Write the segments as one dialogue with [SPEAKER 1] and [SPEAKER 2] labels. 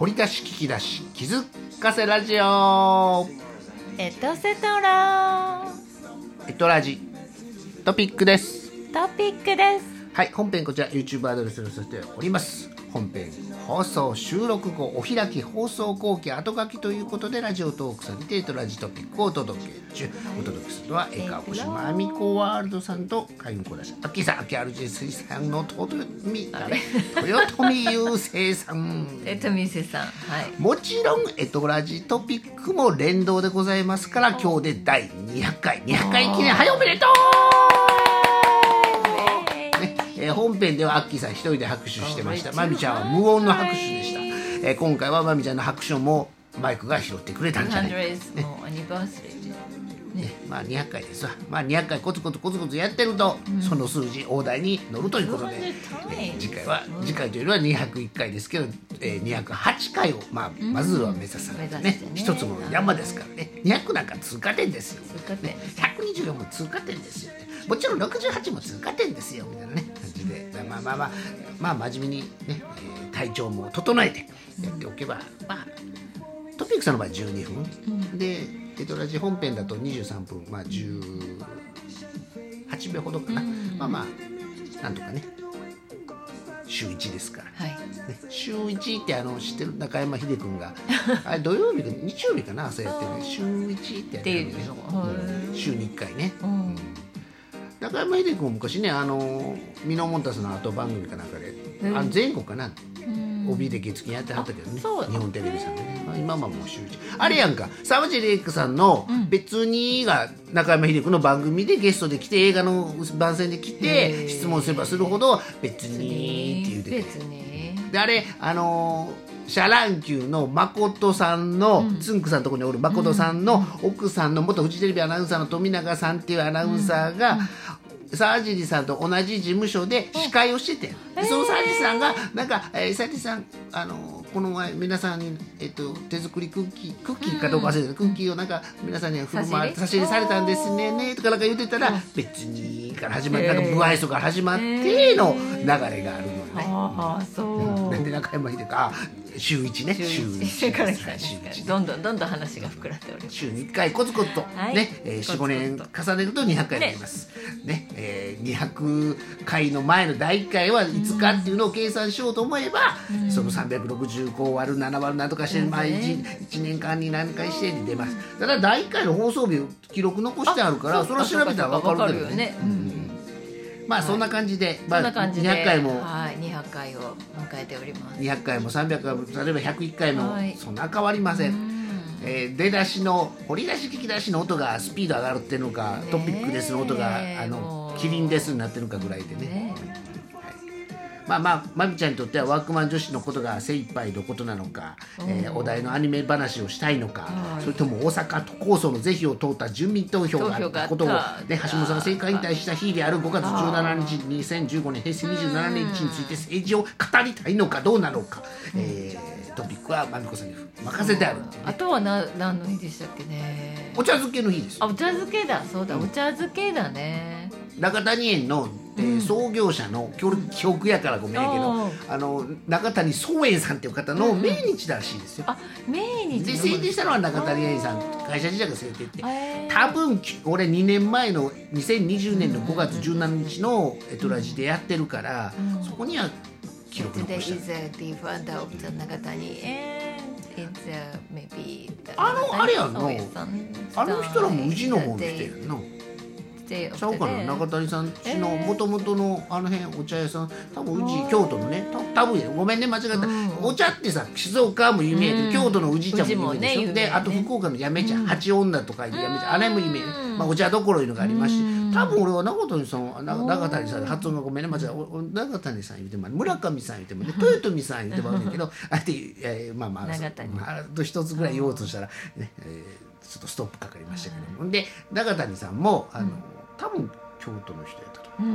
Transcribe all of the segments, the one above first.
[SPEAKER 1] 掘り出し聞き出し気づかせラジオ
[SPEAKER 2] エトセトラ
[SPEAKER 1] エトラジトピックです
[SPEAKER 2] トピックです
[SPEAKER 1] はい本編こちら YouTube アドレスに載せております本編放送収録後お開き放送後期後書きということでラジオトークさんにてエトラジトピックをお届け中お届けするのは映画小島あみこワールドさんと海運小田さんアッキーさんアキアルジ水さんの豊富あれ豊富雄星さん
[SPEAKER 2] えとみせさんはい
[SPEAKER 1] もちろんエトラジトピックも連動でございますから今日で第200回200回記念はいおめでとう、ねえー本編ではアッキーさん一人で拍手してましたまみちゃんは無音の拍手でした、えー今回はまみちゃんの拍手もマイクが拾ってくれたんじゃないか、ね
[SPEAKER 2] 100th もうアニバーサリーで
[SPEAKER 1] まあ、200回ですわ、まあ、200回コツコツコツコツやってると、その数字大台に乗るということで、
[SPEAKER 2] 200
[SPEAKER 1] えー次回は次回というのは201回ですけど、えー、208回を、まあ、まずは目指さないと
[SPEAKER 2] 目
[SPEAKER 1] ね
[SPEAKER 2] 指してね
[SPEAKER 1] 一つの山ですからね200なんか通過点ですよ
[SPEAKER 2] 通過点
[SPEAKER 1] ね、120も通過点ですよねもちろん68も通過点ですよみたいなね感じでまあまあまあまあ真面目にね、えー体調も整えてやっておけば、まあトピックさんの場合12分、でエトラジ本編だと23分まあ18秒ほどかな、まあまあなんとかね週1ですから、
[SPEAKER 2] はい
[SPEAKER 1] ね週1ってあの知ってる中山秀君 があれ土曜日か日曜日かな朝やってるね週1ってやってるんだよね
[SPEAKER 2] っていう
[SPEAKER 1] う
[SPEAKER 2] の
[SPEAKER 1] ん週に1回ね、
[SPEAKER 2] ん
[SPEAKER 1] うん中山秀君も昔ねあのミノモンタスの後番組かなんかで、あの全国かな、帯で月金やってはったけどね
[SPEAKER 2] あそう
[SPEAKER 1] 日本テレビさんでね、まあ、今はもう週一あれやんか沢尻エイクさんの「別に」が中山秀君の番組でゲストで来て映画の番宣で来
[SPEAKER 2] へ
[SPEAKER 1] て
[SPEAKER 2] ー
[SPEAKER 1] 質問すればするほど「別に」って言うて
[SPEAKER 2] 別
[SPEAKER 1] て
[SPEAKER 2] に
[SPEAKER 1] であれあのーシャランキューの誠さんの、つん、ツンクさんのところにおる誠さんの奥さんの元フジテレビアナウンサーの富永さんっていうアナウンサーが、沢尻さんと同じ事務所で司会をしてて、でその沢尻さんがなんか、えー、沢尻さんあのーこの前皆さんに、えっと手作りクッキークッキーかどうか忘れて、クッキーをなんか皆さんに振る舞い
[SPEAKER 2] 差
[SPEAKER 1] 差
[SPEAKER 2] し
[SPEAKER 1] し
[SPEAKER 2] 入
[SPEAKER 1] 入
[SPEAKER 2] れ
[SPEAKER 1] れされたんですねねとかなんか言ってたら、別にから始まってなんか無愛想から始まっての流れがあるのよね。
[SPEAKER 2] ああそう
[SPEAKER 1] なんで中山秀君あ週一ね週一
[SPEAKER 2] 週から来たんで
[SPEAKER 1] 週
[SPEAKER 2] すね
[SPEAKER 1] 一
[SPEAKER 2] どんどんどんどん話が膨らんでおります
[SPEAKER 1] 週に1回コツコツと、
[SPEAKER 2] はい
[SPEAKER 1] ね、えー、
[SPEAKER 2] コツコツと
[SPEAKER 1] 45年重ねると200回になります、ねえー、200回の前の第1回はいつかっていうのを計算しようと思えば、その365割る7割る何とかして、
[SPEAKER 2] うん
[SPEAKER 1] 毎日 1, 年間に何回して出ますただ第1回の放送日記録残してあるから
[SPEAKER 2] あ
[SPEAKER 1] それは調べたら分かるけどね
[SPEAKER 2] そうかそうかわかるよねうん
[SPEAKER 1] うんまあそんな感じで,、
[SPEAKER 2] そ
[SPEAKER 1] ま
[SPEAKER 2] ん
[SPEAKER 1] あ、
[SPEAKER 2] な感じで
[SPEAKER 1] 200回も
[SPEAKER 2] はい200回を迎えております
[SPEAKER 1] 200回も300回も例えば101回も、
[SPEAKER 2] はい
[SPEAKER 1] そんな変わりません、えー出だしの掘り出し聞き出しの音がスピード上がるっていうのか、
[SPEAKER 2] ねえ
[SPEAKER 1] トピックですの音があ
[SPEAKER 2] も
[SPEAKER 1] の
[SPEAKER 2] う
[SPEAKER 1] キリンですになってるのかぐらいでね
[SPEAKER 2] ね
[SPEAKER 1] はい、まあまあまみちゃんにとってはワークマン女子のことが精一杯のことなのか、えーお題のアニメ話をしたいのか、
[SPEAKER 2] はい
[SPEAKER 1] それとも大阪都構想の是非を問うた住民投票があ
[SPEAKER 2] 投票
[SPEAKER 1] っ
[SPEAKER 2] があったた
[SPEAKER 1] ことを、ね、橋本さんが政界引退した日である5月17日2015年平成27年について政治を語りたいのかどうなのか、えートピックはまみこさんに任せてあるっていうね
[SPEAKER 2] あとはな何の日でしたっけね
[SPEAKER 1] お茶漬けの日です
[SPEAKER 2] あお茶漬けだそうだ、お茶漬けだね
[SPEAKER 1] 中谷園の、えー創業者の記憶記憶やからごめんやけ
[SPEAKER 2] お
[SPEAKER 1] ど
[SPEAKER 2] う
[SPEAKER 1] あの中谷宗園さんっていう方の命日らしいですよ、
[SPEAKER 2] あ命日
[SPEAKER 1] で
[SPEAKER 2] の
[SPEAKER 1] 制定したのは中谷園さん会社時代が制定って
[SPEAKER 2] へー
[SPEAKER 1] 多分き俺2年前の2020年の5月17日のエトラジでやってるから、そこには記録
[SPEAKER 2] Today
[SPEAKER 1] 残した
[SPEAKER 2] is a d i f f e r n t of the 中谷 and it's a maybe the
[SPEAKER 1] あのあれやんな
[SPEAKER 2] 中谷宗也さん
[SPEAKER 1] あの人らも宇治の方の人やんな
[SPEAKER 2] Day of the
[SPEAKER 1] ちゃうかな
[SPEAKER 2] day
[SPEAKER 1] 中谷さんちの
[SPEAKER 2] えー
[SPEAKER 1] もともとのあの辺お茶屋さん多分宇治京都のねた多分やごめんね間違った、
[SPEAKER 2] うん
[SPEAKER 1] お茶ってさ静岡も有名やけど、
[SPEAKER 2] うん
[SPEAKER 1] 京都の宇治茶も有名でしょ、
[SPEAKER 2] 宇治もね有名
[SPEAKER 1] で
[SPEAKER 2] ね
[SPEAKER 1] あと福岡の八女茶、八女とかいう八女茶あれも有名、まあ、お茶どころいうのがありますし、多分俺は中谷さんな中谷さん発音がごめんね間違ったおお中谷さん言うても村上さん言うてもね豊臣さん言うてもあるんやけどあえて、えーまあまあ
[SPEAKER 2] 長谷
[SPEAKER 1] まああと一つぐらい言おうとしたら、ねえーちょっとストップかかりましたけどもで中谷さんもあの、多分京都の人やったと
[SPEAKER 2] う
[SPEAKER 1] 思う、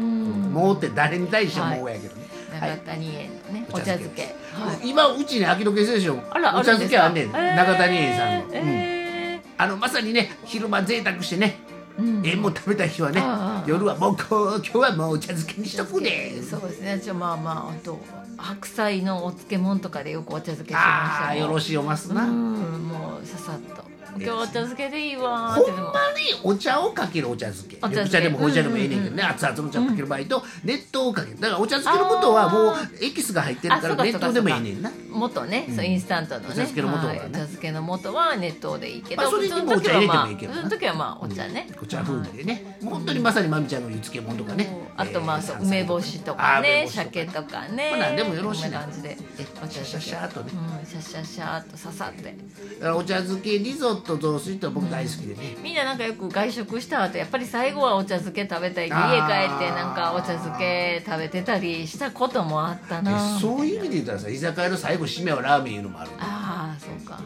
[SPEAKER 2] ん
[SPEAKER 1] もうって誰に対してもうやけどね、はい
[SPEAKER 2] 中谷園のね、お茶漬け
[SPEAKER 1] です
[SPEAKER 2] はい
[SPEAKER 1] 今うちに秋の決戦賞
[SPEAKER 2] あら
[SPEAKER 1] お茶漬けあんねん
[SPEAKER 2] るですか
[SPEAKER 1] 中谷園さんの、
[SPEAKER 2] えーえー
[SPEAKER 1] うんあのまさにね昼間贅沢してね
[SPEAKER 2] うん
[SPEAKER 1] えも食べた日はね
[SPEAKER 2] ああ
[SPEAKER 1] 夜はもうこう今日はもうお茶漬けにしとくで
[SPEAKER 2] そうですねじゃあまあまああと白菜のお漬物とかでよくお茶漬けしまし
[SPEAKER 1] あ
[SPEAKER 2] た
[SPEAKER 1] あよろしいおますな、
[SPEAKER 2] うんもうささっと今日お茶漬けでいいわー
[SPEAKER 1] ほ
[SPEAKER 2] って
[SPEAKER 1] ん
[SPEAKER 2] で
[SPEAKER 1] ま
[SPEAKER 2] も
[SPEAKER 1] にお茶をかけるお茶漬け
[SPEAKER 2] お茶
[SPEAKER 1] 緑
[SPEAKER 2] 漬
[SPEAKER 1] 茶
[SPEAKER 2] け
[SPEAKER 1] でもお茶でもええねんけどね、熱々の茶かける場合と熱湯をかけるだからお茶漬けのことはもうエキスが入ってる
[SPEAKER 2] あ
[SPEAKER 1] か
[SPEAKER 2] そう
[SPEAKER 1] ら
[SPEAKER 2] か
[SPEAKER 1] 熱
[SPEAKER 2] そうか
[SPEAKER 1] 湯でもええねんな
[SPEAKER 2] 元ね、
[SPEAKER 1] うん
[SPEAKER 2] そうインスタントのね
[SPEAKER 1] お茶漬けの元はね
[SPEAKER 2] はいお茶漬けの元は熱湯でいいけど、
[SPEAKER 1] まあそれにもお茶入れてもいいけどな
[SPEAKER 2] 普通の時はまあ、普通の時はまあお茶ね、
[SPEAKER 1] お茶風味でね、もう本当にまさにまみちゃんの湯漬物とかね、
[SPEAKER 2] あとまあそう
[SPEAKER 1] えー
[SPEAKER 2] 梅干しとかね
[SPEAKER 1] 山菜
[SPEAKER 2] 鮭
[SPEAKER 1] とか
[SPEAKER 2] とかね
[SPEAKER 1] まあ何でもよろしい
[SPEAKER 2] こん
[SPEAKER 1] な
[SPEAKER 2] な感じでお茶
[SPEAKER 1] シャシャシャっとね
[SPEAKER 2] うん、シャシャシャーっと刺さって
[SPEAKER 1] あー梅干しとかだからお茶漬けリゾット雑炊って僕大好きでね、
[SPEAKER 2] みんななんかよく外食した後やっぱり最後はお茶漬け食べたり家帰
[SPEAKER 1] あー
[SPEAKER 2] ってなんかお茶漬け食べてたりしたこともあった
[SPEAKER 1] で
[SPEAKER 2] な
[SPEAKER 1] そういう意味で言ったらさ居酒屋の最後締めはラーメンいうのもある
[SPEAKER 2] ああそうか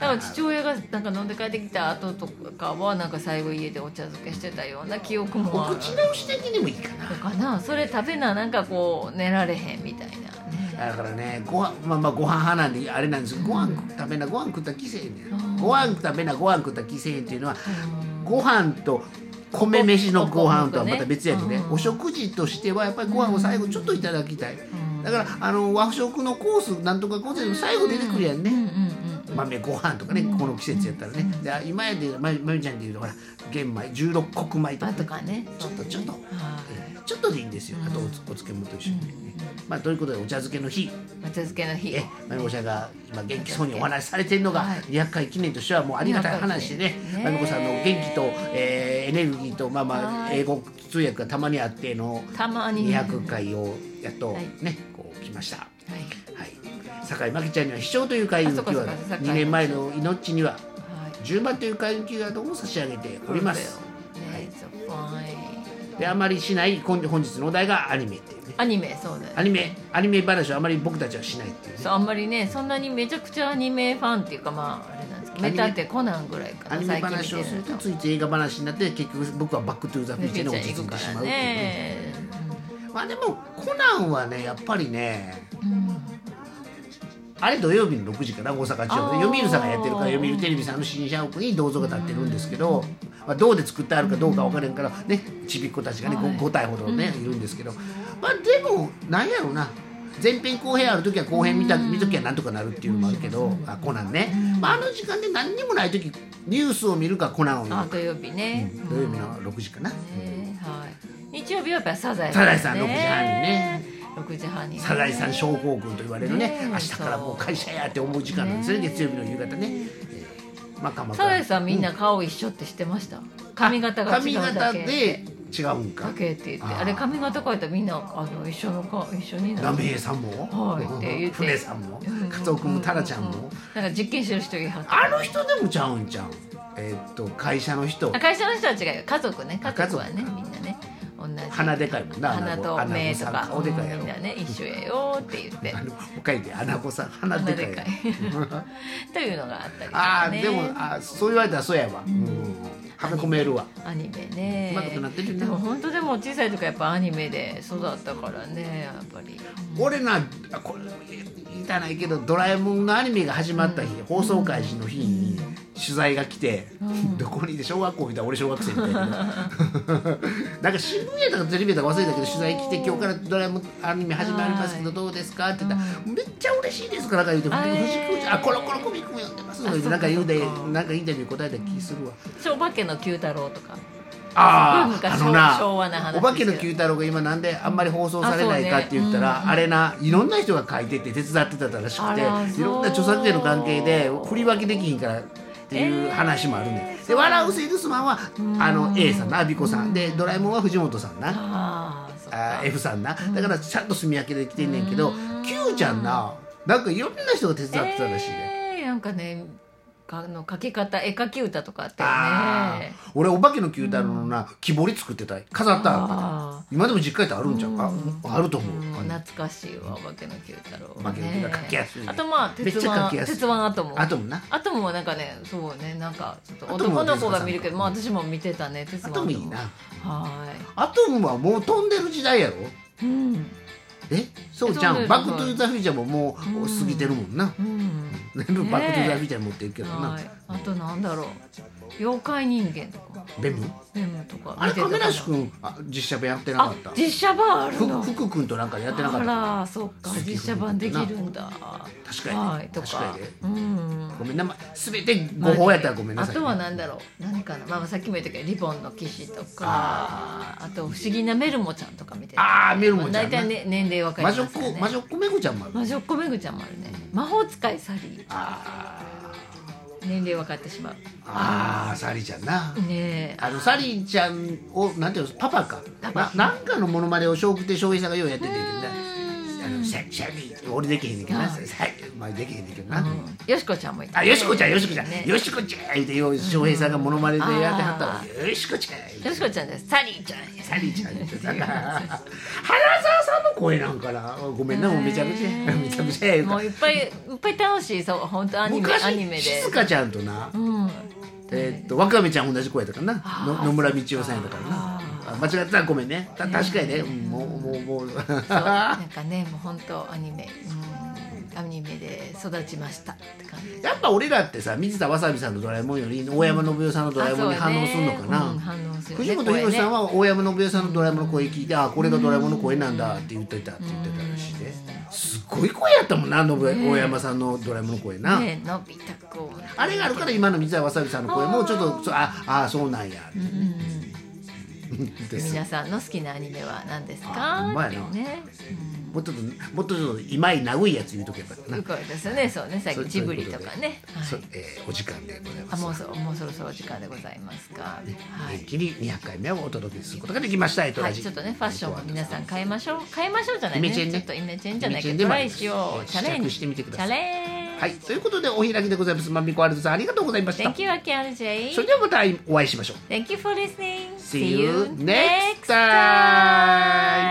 [SPEAKER 2] だから父親がなんか飲んで帰ってきた後とかはなんか最後家でお茶漬けしてたような記憶
[SPEAKER 1] お
[SPEAKER 2] もある
[SPEAKER 1] 口直し的にもいいかな
[SPEAKER 2] かなそれ食べななんかこう寝られへんみたいなね
[SPEAKER 1] だからねご飯まあまあご飯派なんであれなんですけどご飯食べなご飯食ったらきせえへんねんご飯食べなご飯食ったらきせえへんっていうのはご飯と米飯のご飯とはまた別やでね
[SPEAKER 2] うん
[SPEAKER 1] お食事としてはやっぱりご飯を最後ちょっといただきたいだからあの和食のコースなんとかコースでも最後出てくるやんね、
[SPEAKER 2] うんうんうん
[SPEAKER 1] 豆ご飯とかねこの季節やったらねで今やでままゆちゃんでいうとほら玄米16穀米とか
[SPEAKER 2] あ
[SPEAKER 1] ね
[SPEAKER 2] とかね
[SPEAKER 1] ちょっとちょっと
[SPEAKER 2] はい
[SPEAKER 1] ちょっとでいいんですよあとおつお漬物と一緒にね、まあということでお茶漬けの日
[SPEAKER 2] お茶漬けの日
[SPEAKER 1] えまみこさんが今元気そうにお話しされてるのが
[SPEAKER 2] はい
[SPEAKER 1] 200回記念としてはもうありがたい話でね
[SPEAKER 2] ね
[SPEAKER 1] まみこさんの元気と、えーエネルギーとまあまあ
[SPEAKER 2] はい
[SPEAKER 1] 英語通訳がたまにあっての
[SPEAKER 2] たまに
[SPEAKER 1] 200回をやっと
[SPEAKER 2] はい
[SPEAKER 1] ねこう来ました。
[SPEAKER 2] はい
[SPEAKER 1] はい酒井真紀ちゃんには「秘書という会員キーワ
[SPEAKER 2] あそうかそうか
[SPEAKER 1] ー
[SPEAKER 2] 酒
[SPEAKER 1] ド
[SPEAKER 2] 井
[SPEAKER 1] 2年前の「命には
[SPEAKER 2] はい
[SPEAKER 1] 10番という会員キーワードを差し上げております。
[SPEAKER 2] ね It's fine
[SPEAKER 1] であまりしない今本日のお題がアニメっていうね
[SPEAKER 2] アニメそうだよ
[SPEAKER 1] アニメアニメ話はあまり僕たちはしないっていうね
[SPEAKER 2] そうあんまりねそんなにめちゃくちゃアニメファンっていうかまああれなんですけど
[SPEAKER 1] ア
[SPEAKER 2] メ
[SPEAKER 1] ニメ
[SPEAKER 2] タってコナンぐらいか
[SPEAKER 1] ア
[SPEAKER 2] な
[SPEAKER 1] ニメ
[SPEAKER 2] 最近見
[SPEAKER 1] 話
[SPEAKER 2] て
[SPEAKER 1] をす
[SPEAKER 2] る
[SPEAKER 1] ると
[SPEAKER 2] と
[SPEAKER 1] ついつい映画話になって結局僕は「バック・トゥ・ザ・フューチャー」に落ち着
[SPEAKER 2] 行
[SPEAKER 1] い
[SPEAKER 2] く
[SPEAKER 1] て
[SPEAKER 2] か
[SPEAKER 1] しま
[SPEAKER 2] ら
[SPEAKER 1] うっていうね
[SPEAKER 2] ね
[SPEAKER 1] まあでもコナンはねやっぱりね
[SPEAKER 2] うん
[SPEAKER 1] あれ土曜日の6時かな大阪地方で
[SPEAKER 2] あー
[SPEAKER 1] 読売さんがやってるから読売テレビさんの新社屋に銅像が立ってるんですけど、まあ、どうで作ってあるかどうか分からへんからねちびっ子たちがね 5,
[SPEAKER 2] はい
[SPEAKER 1] 体ほどねいるんですけどまあでもなんやろうな前編後編ある時は後編見た見ときはなんとかなるっていうのもあるけどあコナンね、まあ、あの時間で何にもない時ニュースを見るかコナンを見る
[SPEAKER 2] あ
[SPEAKER 1] か
[SPEAKER 2] 土曜日ね
[SPEAKER 1] 土曜日の6時かな。
[SPEAKER 2] ねはい日曜日はやっぱりサザエ
[SPEAKER 1] サザエさん6時半にね
[SPEAKER 2] 6時半に
[SPEAKER 1] サザエさん症候群と言われるね
[SPEAKER 2] ねえ
[SPEAKER 1] 明日からもう会社やって思う時間なんですね
[SPEAKER 2] ねえ
[SPEAKER 1] 月曜日の夕方ね、えーまあ鎌
[SPEAKER 2] サ
[SPEAKER 1] 倉
[SPEAKER 2] ザエさんみんな顔一緒って知ってました髪型が違う
[SPEAKER 1] 髪
[SPEAKER 2] だ
[SPEAKER 1] 型
[SPEAKER 2] け
[SPEAKER 1] で違うんか
[SPEAKER 2] だけって言って
[SPEAKER 1] あー
[SPEAKER 2] あれ髪型変えたらみんなあの一緒の顔一緒にな
[SPEAKER 1] ラ
[SPEAKER 2] る
[SPEAKER 1] メヘさんも、
[SPEAKER 2] はいって言って
[SPEAKER 1] 船さんもカツオ君もタラちゃんも、
[SPEAKER 2] なんか実験してる人いはった
[SPEAKER 1] あの人でもちゃうんちゃうんえーっと会社の人
[SPEAKER 2] あ会社の人は違うよ家族ね
[SPEAKER 1] あ
[SPEAKER 2] 家族はね
[SPEAKER 1] 家族
[SPEAKER 2] みんなね同じ
[SPEAKER 1] 鼻でかいもんな
[SPEAKER 2] 鼻と目とか
[SPEAKER 1] おでかいや
[SPEAKER 2] み
[SPEAKER 1] ろ
[SPEAKER 2] んなね一緒やよって言って
[SPEAKER 1] あのおかえりで穴子さん鼻で
[SPEAKER 2] 鼻
[SPEAKER 1] か
[SPEAKER 2] で
[SPEAKER 1] い
[SPEAKER 2] かいというの があったりと
[SPEAKER 1] あ
[SPEAKER 2] か
[SPEAKER 1] あ
[SPEAKER 2] ね
[SPEAKER 1] でもあそう言われたらそうやわ、うんはめ込めるわ
[SPEAKER 2] アニメね
[SPEAKER 1] うまくなってるね
[SPEAKER 2] でも本当でも小さい時はやっぱアニメで育ったからねやっぱり
[SPEAKER 1] 俺なあこれ言いたないけど「ドラえもん」のアニメが始まった日、放送開始の日に取材が来て、どこにいて小学校見たら俺小学生みたいな なんか渋谷とかテレビとか忘れたけど取材来て「今日からドラえもんアニメ始まりますけど
[SPEAKER 2] はい
[SPEAKER 1] どうですか?」って言ったら「めっちゃ嬉しいです」からか言うて「
[SPEAKER 2] あー
[SPEAKER 1] 藤子ちゃんあコロコロコミックも読んでます」とか言って
[SPEAKER 2] あ
[SPEAKER 1] なんか言うで
[SPEAKER 2] そっかそっか
[SPEAKER 1] なんかインタビュー答えた気するわ。
[SPEAKER 2] 超化けの九太郎とか
[SPEAKER 1] あ
[SPEAKER 2] すごい
[SPEAKER 1] ああ
[SPEAKER 2] 昔
[SPEAKER 1] のな
[SPEAKER 2] 昭和な話
[SPEAKER 1] お化けの九太郎が今なんであんまり放送されないかって言ったらあ,、
[SPEAKER 2] あそうね
[SPEAKER 1] れないろんな人が書いてて手伝ってたらしく
[SPEAKER 2] あ
[SPEAKER 1] て
[SPEAKER 2] らそう
[SPEAKER 1] いろんな著作権の関係で振り分けできひんからっていう
[SPEAKER 2] えー
[SPEAKER 1] 話もあるね、んで「
[SPEAKER 2] そう
[SPEAKER 1] 笑うセールスマンは」あの A さんな阿ビ子さんで「ドラえもん」は藤本さんな
[SPEAKER 2] ああそっ
[SPEAKER 1] あ
[SPEAKER 2] か
[SPEAKER 1] F さんなだからちゃんと住み分けできてんねんけど Q ちゃんななんかいろんな人が手伝ってたらしいね。
[SPEAKER 2] えーなんかねかの描き方絵描き歌とかあった
[SPEAKER 1] あ
[SPEAKER 2] よ
[SPEAKER 1] ー
[SPEAKER 2] ね
[SPEAKER 1] 俺お化けの九太郎のな木彫り作ってた飾ったん
[SPEAKER 2] あ
[SPEAKER 1] 今でも実家行ってあるんちゃうか
[SPEAKER 2] うん
[SPEAKER 1] あると思
[SPEAKER 2] うん
[SPEAKER 1] う
[SPEAKER 2] 懐かしいわ「お化けの九太郎」
[SPEAKER 1] お化けの九太郎描きやすいね
[SPEAKER 2] あとまあ
[SPEAKER 1] めっ
[SPEAKER 2] 鉄
[SPEAKER 1] ちゃ描き
[SPEAKER 2] 腕
[SPEAKER 1] やすい
[SPEAKER 2] 鉄腕アトム
[SPEAKER 1] あともな
[SPEAKER 2] アトムもなんかねそうねなんかちょっと
[SPEAKER 1] アトムは
[SPEAKER 2] 男の子が見るけ
[SPEAKER 1] 手塚さんか
[SPEAKER 2] どまあ私も見てたね鉄腕
[SPEAKER 1] アトムいいな
[SPEAKER 2] は
[SPEAKER 1] アトムはもう飛んでる時代やろ
[SPEAKER 2] いうん
[SPEAKER 1] えそうじゃ
[SPEAKER 2] 飛んで
[SPEAKER 1] ん
[SPEAKER 2] る
[SPEAKER 1] バック・トゥ・ザ・フューチャーもも
[SPEAKER 2] う
[SPEAKER 1] うん過ぎてるもんな
[SPEAKER 2] うん
[SPEAKER 1] 全部バック・トゥ・ザ・フューチャーに持ってるけどな
[SPEAKER 2] はいあとなんだろう妖怪人間とか
[SPEAKER 1] ベム
[SPEAKER 2] ベムとか
[SPEAKER 1] あれ
[SPEAKER 2] 見てたか
[SPEAKER 1] 亀
[SPEAKER 2] な
[SPEAKER 1] 梨君あ実写版やってなか
[SPEAKER 2] あ
[SPEAKER 1] った
[SPEAKER 2] 実写版あるの
[SPEAKER 1] ふ福君となんかやってなか
[SPEAKER 2] あ
[SPEAKER 1] った
[SPEAKER 2] らそっか
[SPEAKER 1] 鈴木
[SPEAKER 2] 実写版できるんだ
[SPEAKER 1] 確かにね
[SPEAKER 2] はいとか
[SPEAKER 1] 確かにね
[SPEAKER 2] うん
[SPEAKER 1] ごめんなま全て誤報やったらごめんなさい、
[SPEAKER 2] あとは何だろう何かな、まあ、さっきも言ったけどリボンの騎士とか
[SPEAKER 1] あ
[SPEAKER 2] あと不思議なメルモちゃんとか見てた
[SPEAKER 1] ああメルモちゃんな
[SPEAKER 2] 大体、ね、年齢わかり
[SPEAKER 1] 魔
[SPEAKER 2] ます
[SPEAKER 1] 女っ
[SPEAKER 2] よね
[SPEAKER 1] 子魔女っ子めぐちゃんもある
[SPEAKER 2] 魔女っ子めぐちゃんもあるね魔法使いサリー
[SPEAKER 1] あ
[SPEAKER 2] 年齢分かってしまう
[SPEAKER 1] ーあーサリーちゃんな、
[SPEAKER 2] ねえ
[SPEAKER 1] あのサリーちゃんをなんていうのパパか
[SPEAKER 2] パ
[SPEAKER 1] な
[SPEAKER 2] パ
[SPEAKER 1] なんかのモノマネを笑福亭笑瓶さんがようやっててんけどな
[SPEAKER 2] うん
[SPEAKER 1] あのシャシャリー俺できへんねんけどな
[SPEAKER 2] は
[SPEAKER 1] さまあできへんねんけどな、
[SPEAKER 2] うんよしこちゃんもいた
[SPEAKER 1] あ
[SPEAKER 2] ね
[SPEAKER 1] よしこちゃんよしこちゃん、
[SPEAKER 2] ね
[SPEAKER 1] よしこちゃん言うてよう笑瓶さんがモノマネでやってはったわ、よしこちゃん言うて
[SPEAKER 2] よしこちゃんですサリーちゃん
[SPEAKER 1] サリーちゃん言うてさ花澤さ んの声なんかなごめんなもうめちゃくちゃ めちゃくちゃや言う
[SPEAKER 2] も
[SPEAKER 1] か
[SPEAKER 2] ういっぱいいっぱい楽しいそう本当アニメ
[SPEAKER 1] 昔
[SPEAKER 2] アニメで
[SPEAKER 1] 静香ちゃんとな、
[SPEAKER 2] うん
[SPEAKER 1] えーっとわかめちゃん同じ声だからなの野村道夫さんやったからなあ間違ったらごめんねた確かにね、うんもうもうもう
[SPEAKER 2] そうなんかねもう本当アニメうんアニメで育ちましたって感じ
[SPEAKER 1] やっぱ俺らってさ水田わさびさんの「ドラえもん」より大山信代さんの「ドラえもん」に反応するのかな、
[SPEAKER 2] あそうねうん反応するね
[SPEAKER 1] 藤本博さんは大山信代さんの「ドラえもん」の声聞いて「あこれがドラえもんの声なんだ」って言ってたって言ってたらしいねすごい声やったもんな信代大山さんの「ドラえもん」の声な、
[SPEAKER 2] ねのび太くん
[SPEAKER 1] あれがあるから今の水田わさびさんの声もちょっとそうああそうなんやって、です
[SPEAKER 2] 皆さんの好きなアニメは何です
[SPEAKER 1] あ
[SPEAKER 2] か
[SPEAKER 1] ほんまやな
[SPEAKER 2] ってね
[SPEAKER 1] もうちょっともっとちょっといまいなぐいやつ言うとけばよかった
[SPEAKER 2] う
[SPEAKER 1] なん
[SPEAKER 2] こうですよねそうね最
[SPEAKER 1] そう
[SPEAKER 2] 近ジブリとかね
[SPEAKER 1] そ
[SPEAKER 2] は
[SPEAKER 1] う
[SPEAKER 2] い
[SPEAKER 1] えーお時間でございま
[SPEAKER 2] あ
[SPEAKER 1] す
[SPEAKER 2] もうそもうそろそろ時間でございますかは
[SPEAKER 1] 元
[SPEAKER 2] い
[SPEAKER 1] 気に200回目をお届けすることができましたエト
[SPEAKER 2] は
[SPEAKER 1] ラ
[SPEAKER 2] い、
[SPEAKER 1] ジ
[SPEAKER 2] ちょっとねファッションも皆さん変えましょう変えましょうじゃない
[SPEAKER 1] イメチェンね
[SPEAKER 2] ちょっとイメチェンじゃないけ
[SPEAKER 1] イメチェンで
[SPEAKER 2] どト
[SPEAKER 1] もあ
[SPEAKER 2] ラ
[SPEAKER 1] り
[SPEAKER 2] イ
[SPEAKER 1] ます
[SPEAKER 2] しようチャレン
[SPEAKER 1] 試着
[SPEAKER 2] ジ
[SPEAKER 1] してみてください
[SPEAKER 2] チャレンジ
[SPEAKER 1] はいということでお開きでございますまみこアルズさんありがとうございました
[SPEAKER 2] Thank you RKRJ
[SPEAKER 1] それではまたお会いしましょう
[SPEAKER 2] Thank you for listening
[SPEAKER 1] See you next time